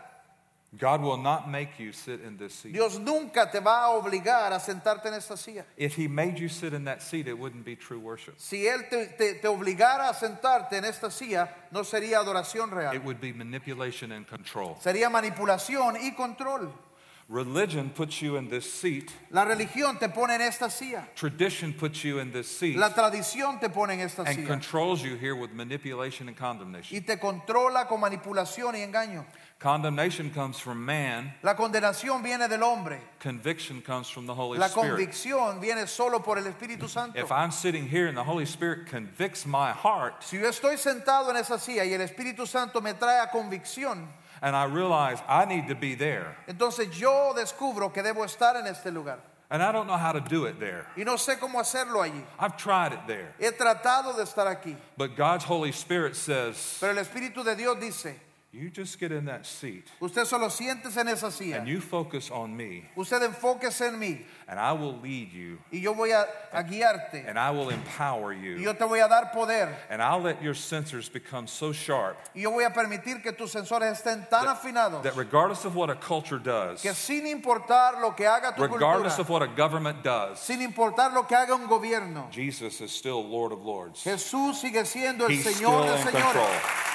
God will not make you sit in this seat. Dios nunca te va a obligar a sentarte en esta silla. If He made you sit in that seat, it wouldn't be true worship. Si Él te, te- te obligara a sentarte en esta silla, no sería adoración It real. would be manipulation and control. Sería manipulación y control. Religion puts you in this seat. La religión te pone en esta silla. Tradition puts you in this seat La tradición te pone en esta and silla. controls you here with manipulation and condemnation. Y te controla con manipulación y engaño. Condemnation comes from man, La condenación viene del hombre. conviction comes from the Holy La Spirit. convicción viene solo por el Espíritu Santo. If I'm sitting here and the Holy Spirit convicts my heart Si yo estoy sentado en esa silla y el Espíritu Santo me trae a convicción, and I realize I need to be there entonces yo descubro que debo estar en este lugar. and I don't know how to do it there, Y no sé cómo hacerlo allí. I've tried it there, He tratado de estar aquí. but God's Holy Spirit says, Pero el Espíritu de Dios dice, You just get in that seat usted solo siéntese en esa silla. and you focus on me Usted enfóquese en mí and I will lead you y yo voy a, a guiarte. and I will empower Y you yo te voy a dar poder. and I'll let your sensors become so sharp Y yo voy a permitir que tus sensores estén tan afinados that regardless of what a culture does, que sin importar lo que haga tu regardless cultura, of what a government does, sin importar lo que haga un gobierno, Jesus is still Lord of Lords. Jesús sigue siendo el He's Señor still de in control. señores.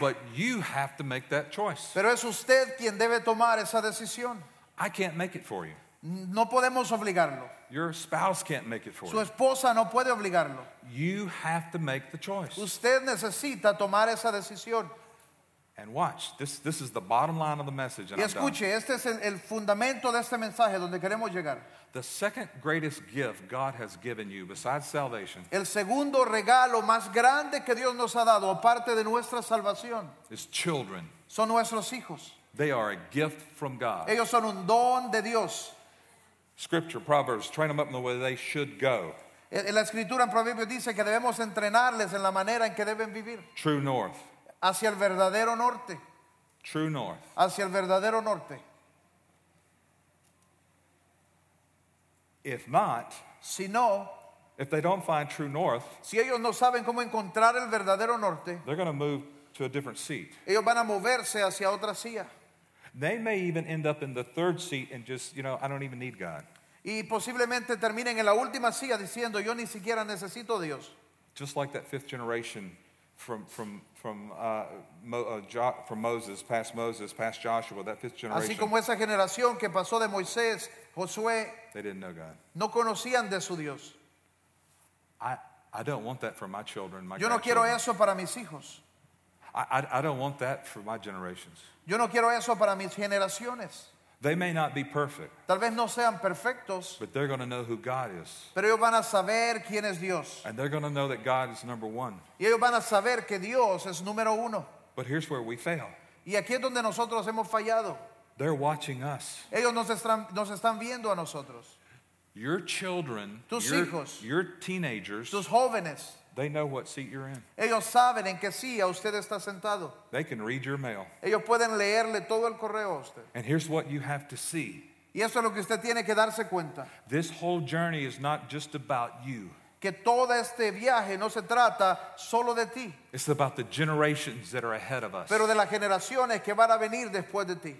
But you have to make that choice. Pero es usted quien debe tomar esa decisión. I can't make it for you. No podemos obligarlo. Your spouse can't make it for Su you. esposa no puede obligarlo. You have to make the choice. Usted necesita tomar esa decisión. And watch, this, this is the bottom line of the message. And Y I'm done. escuche, este es el, el fundamento de este mensaje donde queremos llegar. The second greatest gift God has given you, besides salvation, El segundo regalo más grande que Dios nos ha dado, aparte de nuestra salvación, is children. son nuestros hijos. They are a gift from God. Ellos son un don de Dios. Scripture, Proverbs, train them up in the way they should go. En en Eh, la escritura en Proverbios dice que debemos entrenarles en la manera en que deben vivir, True north. hacia el verdadero norte, True north. hacia el verdadero norte. If not, Si no, if they don't find true north, si ellos no saben cómo encontrar el verdadero norte, they're going to move to a different seat. ellos van a moverse hacia otra silla. They may even end up in the third seat and just, you know, I don't even need God. Y posiblemente terminen en la última silla diciendo, yo ni siquiera necesito a Dios. Just like that fifth generation from, from, from, uh, Mo, uh, jo, from Moses, past Moses, past Joshua, that fifth Así generation, como esa generación que pasó de Moisés, Josué, they didn't know God. no conocían de su Dios. I, I don't want that for my children. My Yo no quiero grandchildren. eso para mis hijos. I, I, I don't want that for my generations. Yo no quiero eso para mis generaciones. They may not be perfect, Tal vez no sean perfectos, but they're going to know who God is. pero ellos van a saber quién es Dios. And they're going to know that God is number one. Y ellos van a saber que Dios es número uno. But here's where we fail Y aquí es donde nosotros hemos fallado. they're watching us. Ellos nos están, nos están viendo a nosotros. Your children, Tus your, hijos. your teenagers, Sus jóvenes, they know what seat you're in. ellos saben en qué silla usted está sentado. They can read your mail. Ellos pueden leerle todo el correo a usted. And here's what you have to see Y eso es lo que usted tiene que darse cuenta. this whole journey is not just about you, que todo este viaje no se trata solo de ti, it's about the generations that are ahead of us. pero de las generaciones que van a venir después de ti.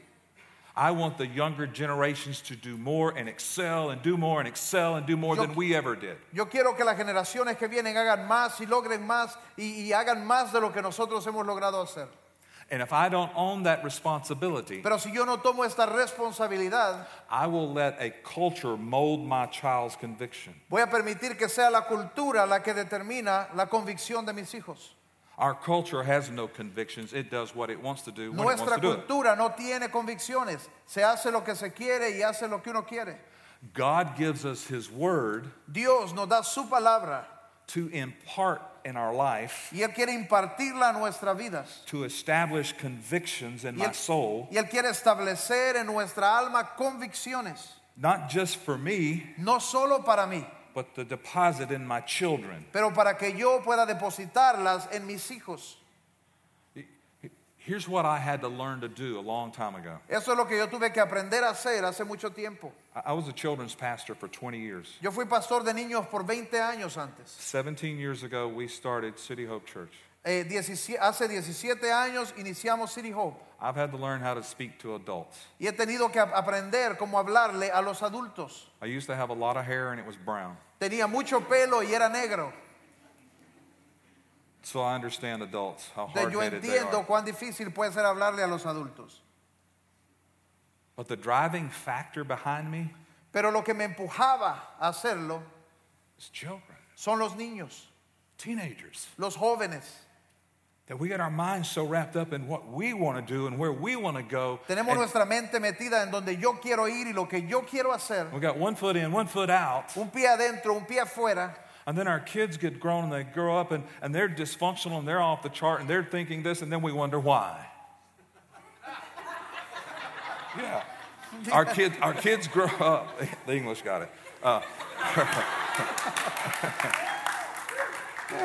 I want the younger generations to do more and excel and do more and excel and do more Yo- than we ever did. Yo quiero que las generaciones que vienen hagan más y logren más y, y hagan más de lo que nosotros hemos logrado hacer. And if I don't own that responsibility, Pero si yo no tomo esta responsabilidad, I will let a culture mold my child's conviction. voy a permitir que sea la cultura la que determina la convicción de mis hijos. Our culture has no convictions. It does what it wants to do when it Nuestra wants to do it. cultura no tiene convicciones, se hace lo que se quiere y hace lo que uno quiere. God gives us His Word Dios nos da su palabra to impart in our life, y Él quiere impartirla a nuestras vidas. to establish convictions in Y él, my soul, y Él quiere establecer en nuestra alma convicciones, not just for me, no solo para mí, but the deposit in my children. pero para que yo pueda depositarlas en mis hijos. Here's what I had to learn to do a long time ago. Eso es lo que yo tuve que aprender a hacer hace mucho tiempo. I I was a children's pastor for 20 years. Yo fui pastor de niños por 20 años antes. 17 years ago, we started City Hope Church. Eh, 17 hace 17 años iniciamos City Hope I've had to learn how to speak to adults. y he tenido que ap- aprender cómo hablarle a los adultos. I used to have a lot of hair and it was brown, Tenía mucho pelo y era negro. so I understand adults how Entonces, hard yo headed they entiendo are. cuán difícil puede ser hablarle a los adultos. But the driving factor behind me Pero lo que me empujaba a hacerlo is children, son los niños. teenagers, los jóvenes. that we get our minds so wrapped up in what we want to do and where we want to go. Tenemos and nuestra mente metida en donde yo quiero ir y lo que yo quiero hacer. we got one foot in, one foot out, Un pie adentro, un pie afuera. and then our kids get grown and they grow up and, and they're dysfunctional and they're off the chart and they're thinking this, and then we wonder why. yeah. Our, kid, our kids grow up. The English got it. Uh,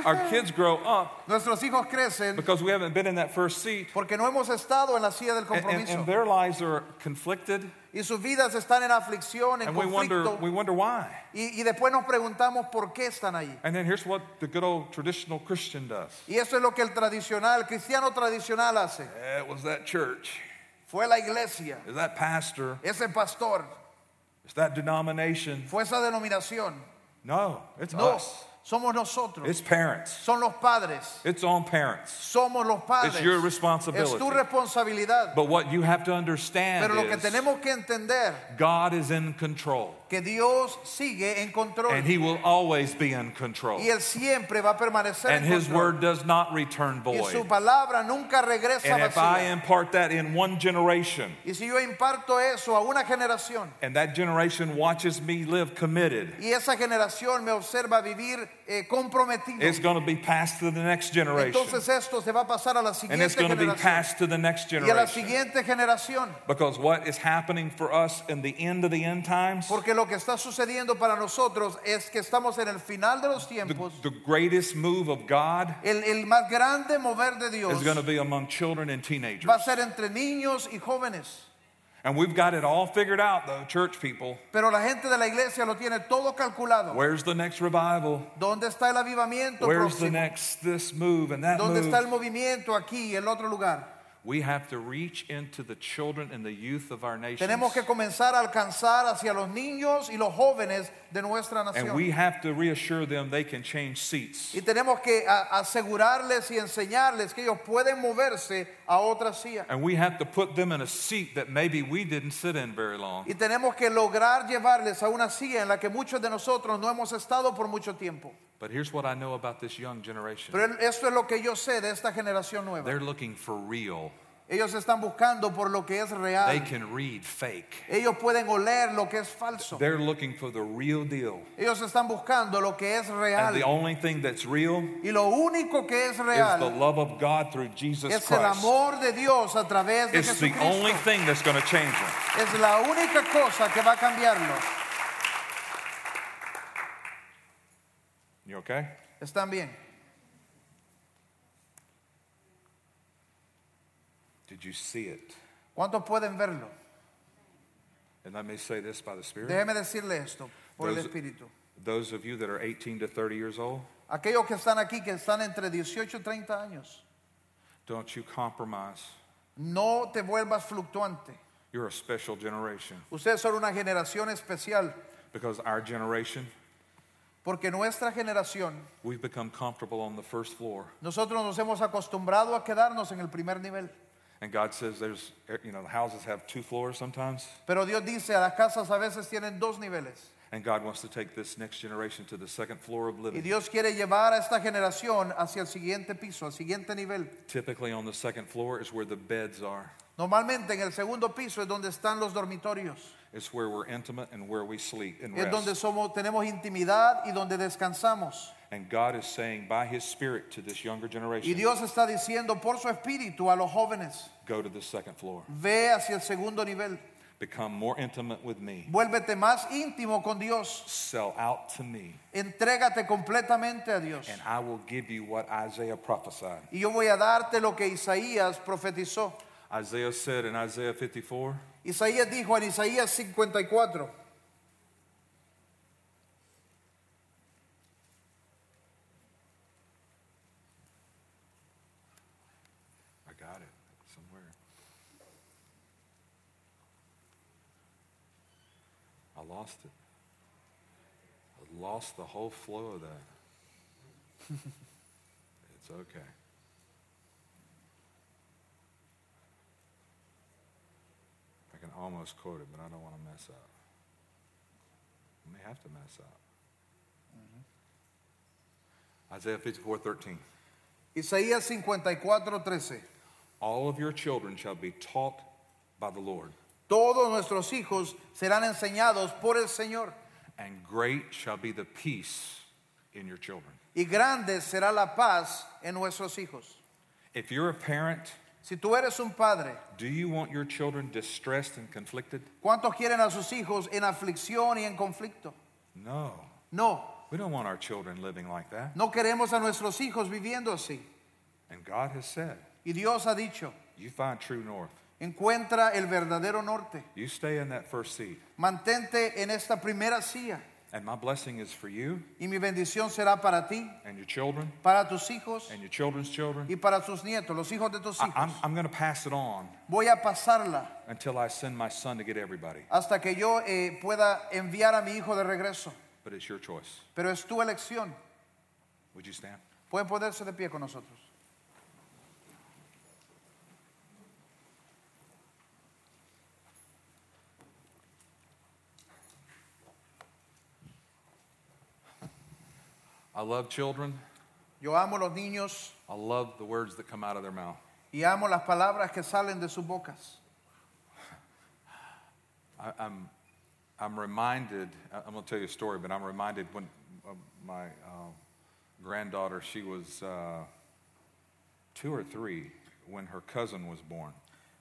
our kids grow up Nuestros hijos crecen because we haven't been in that first seat. porque no hemos estado en la silla del And, and- compromiso. and their lives are conflicted, Y sus vidas están en aflicción, en and we wonder, conflicto. we wonder why. Y, y después nos preguntamos por qué están ahí. And then here's what the good old traditional Christian does. Y eso es lo que el tradicional, el cristiano tradicional hace. Eh, It was that church, Fue la iglesia, is that pastor, ese pastor, it's that denomination. fue esa denominación. No, it's No, us. somos nosotros. It's parents. Son los padres. It's on parents. Somos los padres. It's your responsibility. Es tu responsabilidad. But what you have to understand Pero lo que is tenemos que entender God is in control. que Dios sigue en control. and He will always be in control. y Él siempre va a permanecer And en His control. word does not return y su void. palabra nunca regresa And if I vacía. impart that in one generation, y si yo imparto eso a una generación and that generation watches me live committed, y esa generación me observa vivir eh, comprometido, it's going to be passed to the next generation. entonces esto se va a pasar a la And siguiente it's going to be generación passed to the next y a la generation. siguiente generación. Because what is happening for us in the end of the end times, Porque lo que está sucediendo para nosotros es que estamos en el final de los the, tiempos. the greatest move of God El, el más grande mover de Dios is going to be among children and va teenagers. a ser entre niños y jóvenes. And we've got it all figured out, though, church people. Pero la gente de la iglesia lo tiene todo calculado. Where's the next revival? ¿Dónde está el avivamiento Where's the próximo? next this move and that ¿Dónde está el move? movimiento aquí y el otro lugar? We have to reach into the children and the youth of our nation. Tenemos que comenzar a alcanzar hacia los niños y los jóvenes de nuestra And nación. we have to reassure them they can change seats. y tenemos que a- asegurarles y enseñarles que ellos pueden moverse a otra silla. And we have to put them in a seat that maybe we didn't sit in very long. Y tenemos que lograr llevarles a una silla en la que muchos de nosotros no hemos estado por mucho tiempo. But here's what I know about this young generation Pero el- esto es lo que yo sé de esta generación nueva. they're looking for real, Ellos están buscando por lo que es they real. can read fake. Ellos pueden oler lo que es falso. They're looking for the real deal. Ellos están buscando lo que es And the real. only thing that's real Y lo único que es is the real love of God through Jesus es el Christ. amor de Dios a través de It's the only Jesucristo. thing that's going to change them. Es la única cosa que va a cambiarlo. You okay? ¿Están bien? Did you see it? ¿Cuántos pueden verlo? And let me say this by the Spirit. Déjeme decirle esto por el Those- Espíritu. Those of you that are 18 to 30 years old, Aquellos que están aquí, que están entre 18 y 30 años, don't you compromise. no te vuelvas fluctuante. You're a special generation Ustedes son una generación especial, because our generation, porque nuestra generación, we've become comfortable on the first floor. nosotros nos hemos acostumbrado a quedarnos en el primer nivel. And God says there's, eh, you know, the houses have two floors sometimes. Pero Dios dice, a las casas a veces tienen dos niveles. And God wants to take this next generation to the second floor of Y living. Dios quiere llevar a esta generación hacia el siguiente piso, al siguiente nivel. Typically, on the second floor is where the beds are, Normalmente en el segundo piso es donde están los dormitorios, it's where we're intimate and where we sleep and es donde rest. somos, tenemos intimidad y donde descansamos. And God is saying by His Spirit to this younger Y generation, Dios está diciendo por su espíritu a los jóvenes, go to the second floor, Ve hacia el segundo nivel. become more intimate with me, Vuélvete más íntimo con Dios. sell out to me, Entrégate completamente a Dios. and I will give you what Isaiah prophesied. Y yo voy a darte lo que Isaías profetizó. Isaiah said in Isaiah 54, Isaías dijo en Isaías 54, I got it somewhere. I lost it. I lost the whole flow of that. it's okay. I can almost quote it, but I don't want to mess up. I may have to mess up. Isaiah 54 13. Isaías 54, 13. All of your children shall be taught by the Lord, Todos nuestros hijos serán enseñados por el Señor and great shall be the peace in your children. y grande será la paz en nuestros hijos. If you're a parent, Si tú eres un padre, do you want your children distressed and conflicted? ¿cuántos quieren a sus hijos en aflicción y en conflicto? No. No, We don't want our children living like that. no queremos a nuestros hijos viviendo así. And God has said, Y Dios ha dicho, you find true north. encuentra el verdadero norte, You stay in that first seat. mantente en esta primera silla And my blessing is for you y mi bendición será para ti, and your children para tus hijos and your children's children. y para sus nietos, los hijos de tus I, Ah, am hijos. I'm going to pass it on Voy a pasarla until I send my son to get everybody. hasta que yo eh, pueda enviar a mi hijo de regreso. But it's your choice. Pero es tu elección. Would you stand? Pueden ponerse de pie con nosotros. I love children. Yo amo los niños I love the words that come out of their mouth. y amo las palabras que salen de sus bocas. I, I'm, I'm reminded, I- I'm going to tell you a story, but I'm reminded when uh, my uh, granddaughter, she was uh, two or three when her cousin was born.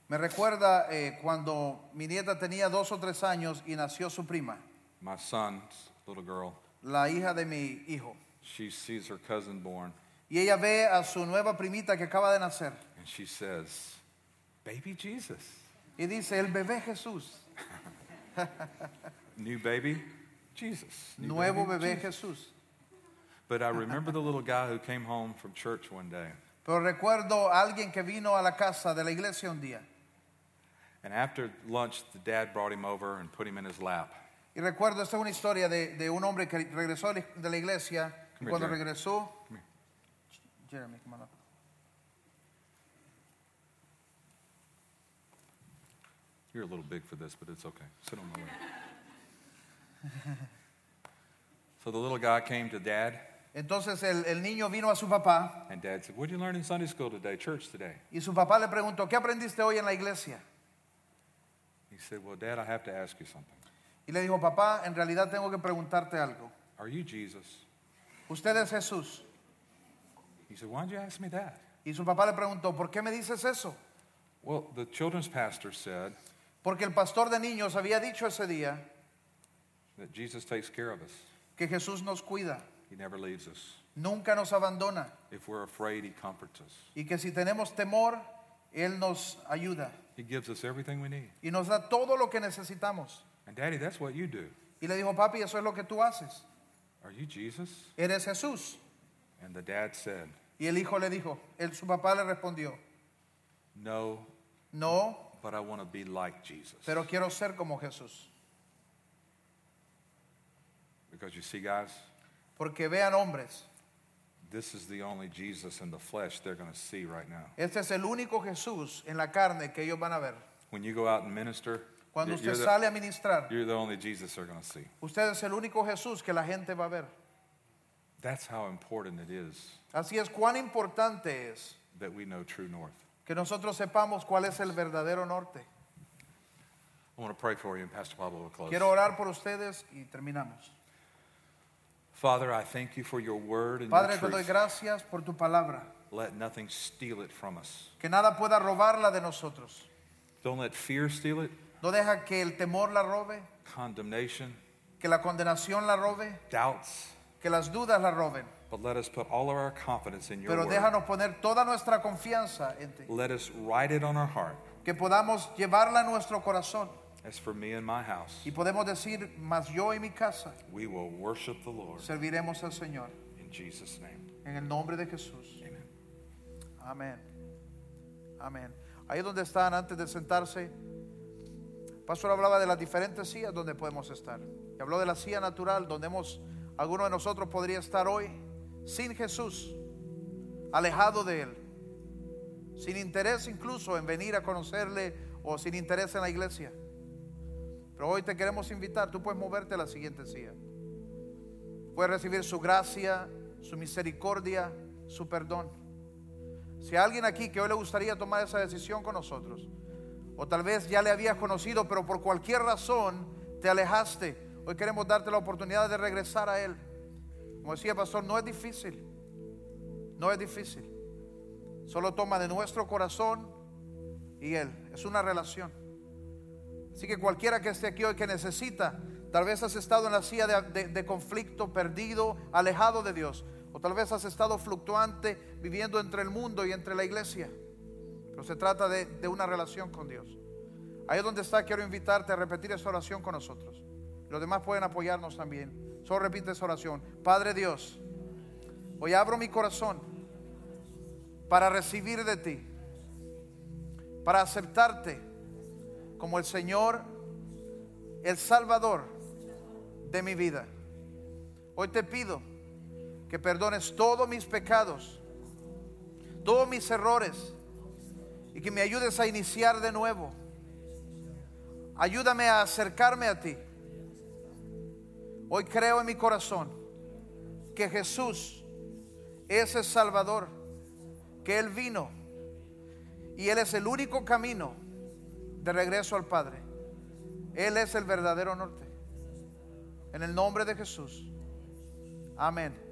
Me recuerda eh, cuando mi nieta tenía dos o tres años y nació su prima, My son's little girl, la hija de mi hijo. she sees her cousin born Y ella ve a su nueva primita que acaba de nacer and she says, Baby Jesus. y dice, el bebé Jesús, New baby Jesus. New nuevo baby bebé Jesus." Jesús. But I remember the little guy who came home from church one day. Pero recuerdo a alguien que vino a la casa de la iglesia un día. And after lunch, the dad brought him over and put him in his lap. Y recuerdo, esta es una historia de, de un hombre que regresó de la iglesia. Y here, cuando Jeremy. regresó, Come Jeremy, come on up. You're a little big for this, but it's okay. Sit on my lap. so the little guy came to dad, Entonces el, el niño vino a su papá and dad said, What did you learn in Sunday school today, church today? y su papá le preguntó, ¿qué aprendiste hoy en la iglesia? He said, Well, dad, I have to ask you something. Y le dijo, papá, en realidad tengo que preguntarte algo. Are you Jesus? Usted es Jesús. He said, Why'd you ask me that? Y su papá le preguntó, ¿por qué me dices eso? Well, the children's pastor said Porque el pastor de niños había dicho ese día that Jesus takes care of us, que Jesús nos cuida, He never leaves us. nunca nos abandona If we're afraid, He comforts us. y que si tenemos temor, Él nos ayuda He gives us everything we need. y nos da todo lo que necesitamos. And daddy, that's what you do. Y le dijo, papi, eso es lo que tú haces. Are you Jesus? Eres Jesús. And the dad said, Y el hijo le dijo, él, su papá le respondió, No, no, but I want to be like Jesus. pero quiero ser como Jesús. Because you see, guys, Porque vean hombres, this is the only Jesus in the flesh they're going to see right now. este es el único Jesús en la carne que ellos van a ver. When you go out and minister, Cuando you're, you're usted the, sale a ministrar, you're the only Jesus they're going to see. usted es el único Jesús que la gente va a ver. That's how important it is Así es, cuán importante es that we know true north. que nosotros sepamos cuál es el verdadero norte. I want to pray for you, and Pastor Pablo will close. Quiero orar por ustedes y terminamos. Father, I thank you for your word and Padre, te your doy truth. gracias por tu palabra. Let nothing steal it from us. Que nada pueda robarla de nosotros. Don't let fear steal it, No deja que el temor la robe, condemnation, que la condenación la robe, doubts, que las dudas la roben. but let us put all of our confidence in your Pero word. déjanos poner toda nuestra confianza en ti. Let us write it on our heart. Que podamos llevarla a nuestro corazón As for me and my house, y podemos decir, más yo y mi casa we will worship the Lord serviremos al Señor. in Jesus' name. En el nombre de Jesús. Amen. Amén. Amén. Ahí donde están, antes de sentarse, Pastor hablaba de las diferentes sillas donde podemos estar. Y habló de la silla natural donde hemos, alguno de nosotros podría estar hoy sin Jesús, alejado de Él, sin interés incluso en venir a conocerle o sin interés en la iglesia. Pero hoy te queremos invitar, tú puedes moverte a la siguiente silla. Puedes recibir su gracia, su misericordia, su perdón. Si hay alguien aquí que hoy le gustaría tomar esa decisión con nosotros, o tal vez ya le habías conocido, pero por cualquier razón te alejaste, hoy queremos darte la oportunidad de regresar a Él. Como decía el Pastor, no es difícil, no es difícil. Solo toma de nuestro corazón y Él. Es una relación. Así que cualquiera que esté aquí hoy que necesita, tal vez has estado en la silla de, de- de conflicto, perdido, alejado de Dios, o tal vez has estado fluctuante viviendo entre el mundo y entre la iglesia, pero se trata de, de una relación con Dios. Ahí es donde está, quiero invitarte a repetir esa oración con nosotros. Los demás pueden apoyarnos también. Solo repite esa oración. Padre Dios, hoy abro mi corazón para recibir de ti, para aceptarte como el Señor, el Salvador de mi vida. Hoy te pido que perdones todos mis pecados, todos mis errores y que me ayudes a iniciar de nuevo. Ayúdame a acercarme a ti. Hoy creo en mi corazón que Jesús es el Salvador, que Él vino y Él es el único camino de regreso al Padre. Él es el verdadero norte. En el nombre de Jesús. Amén.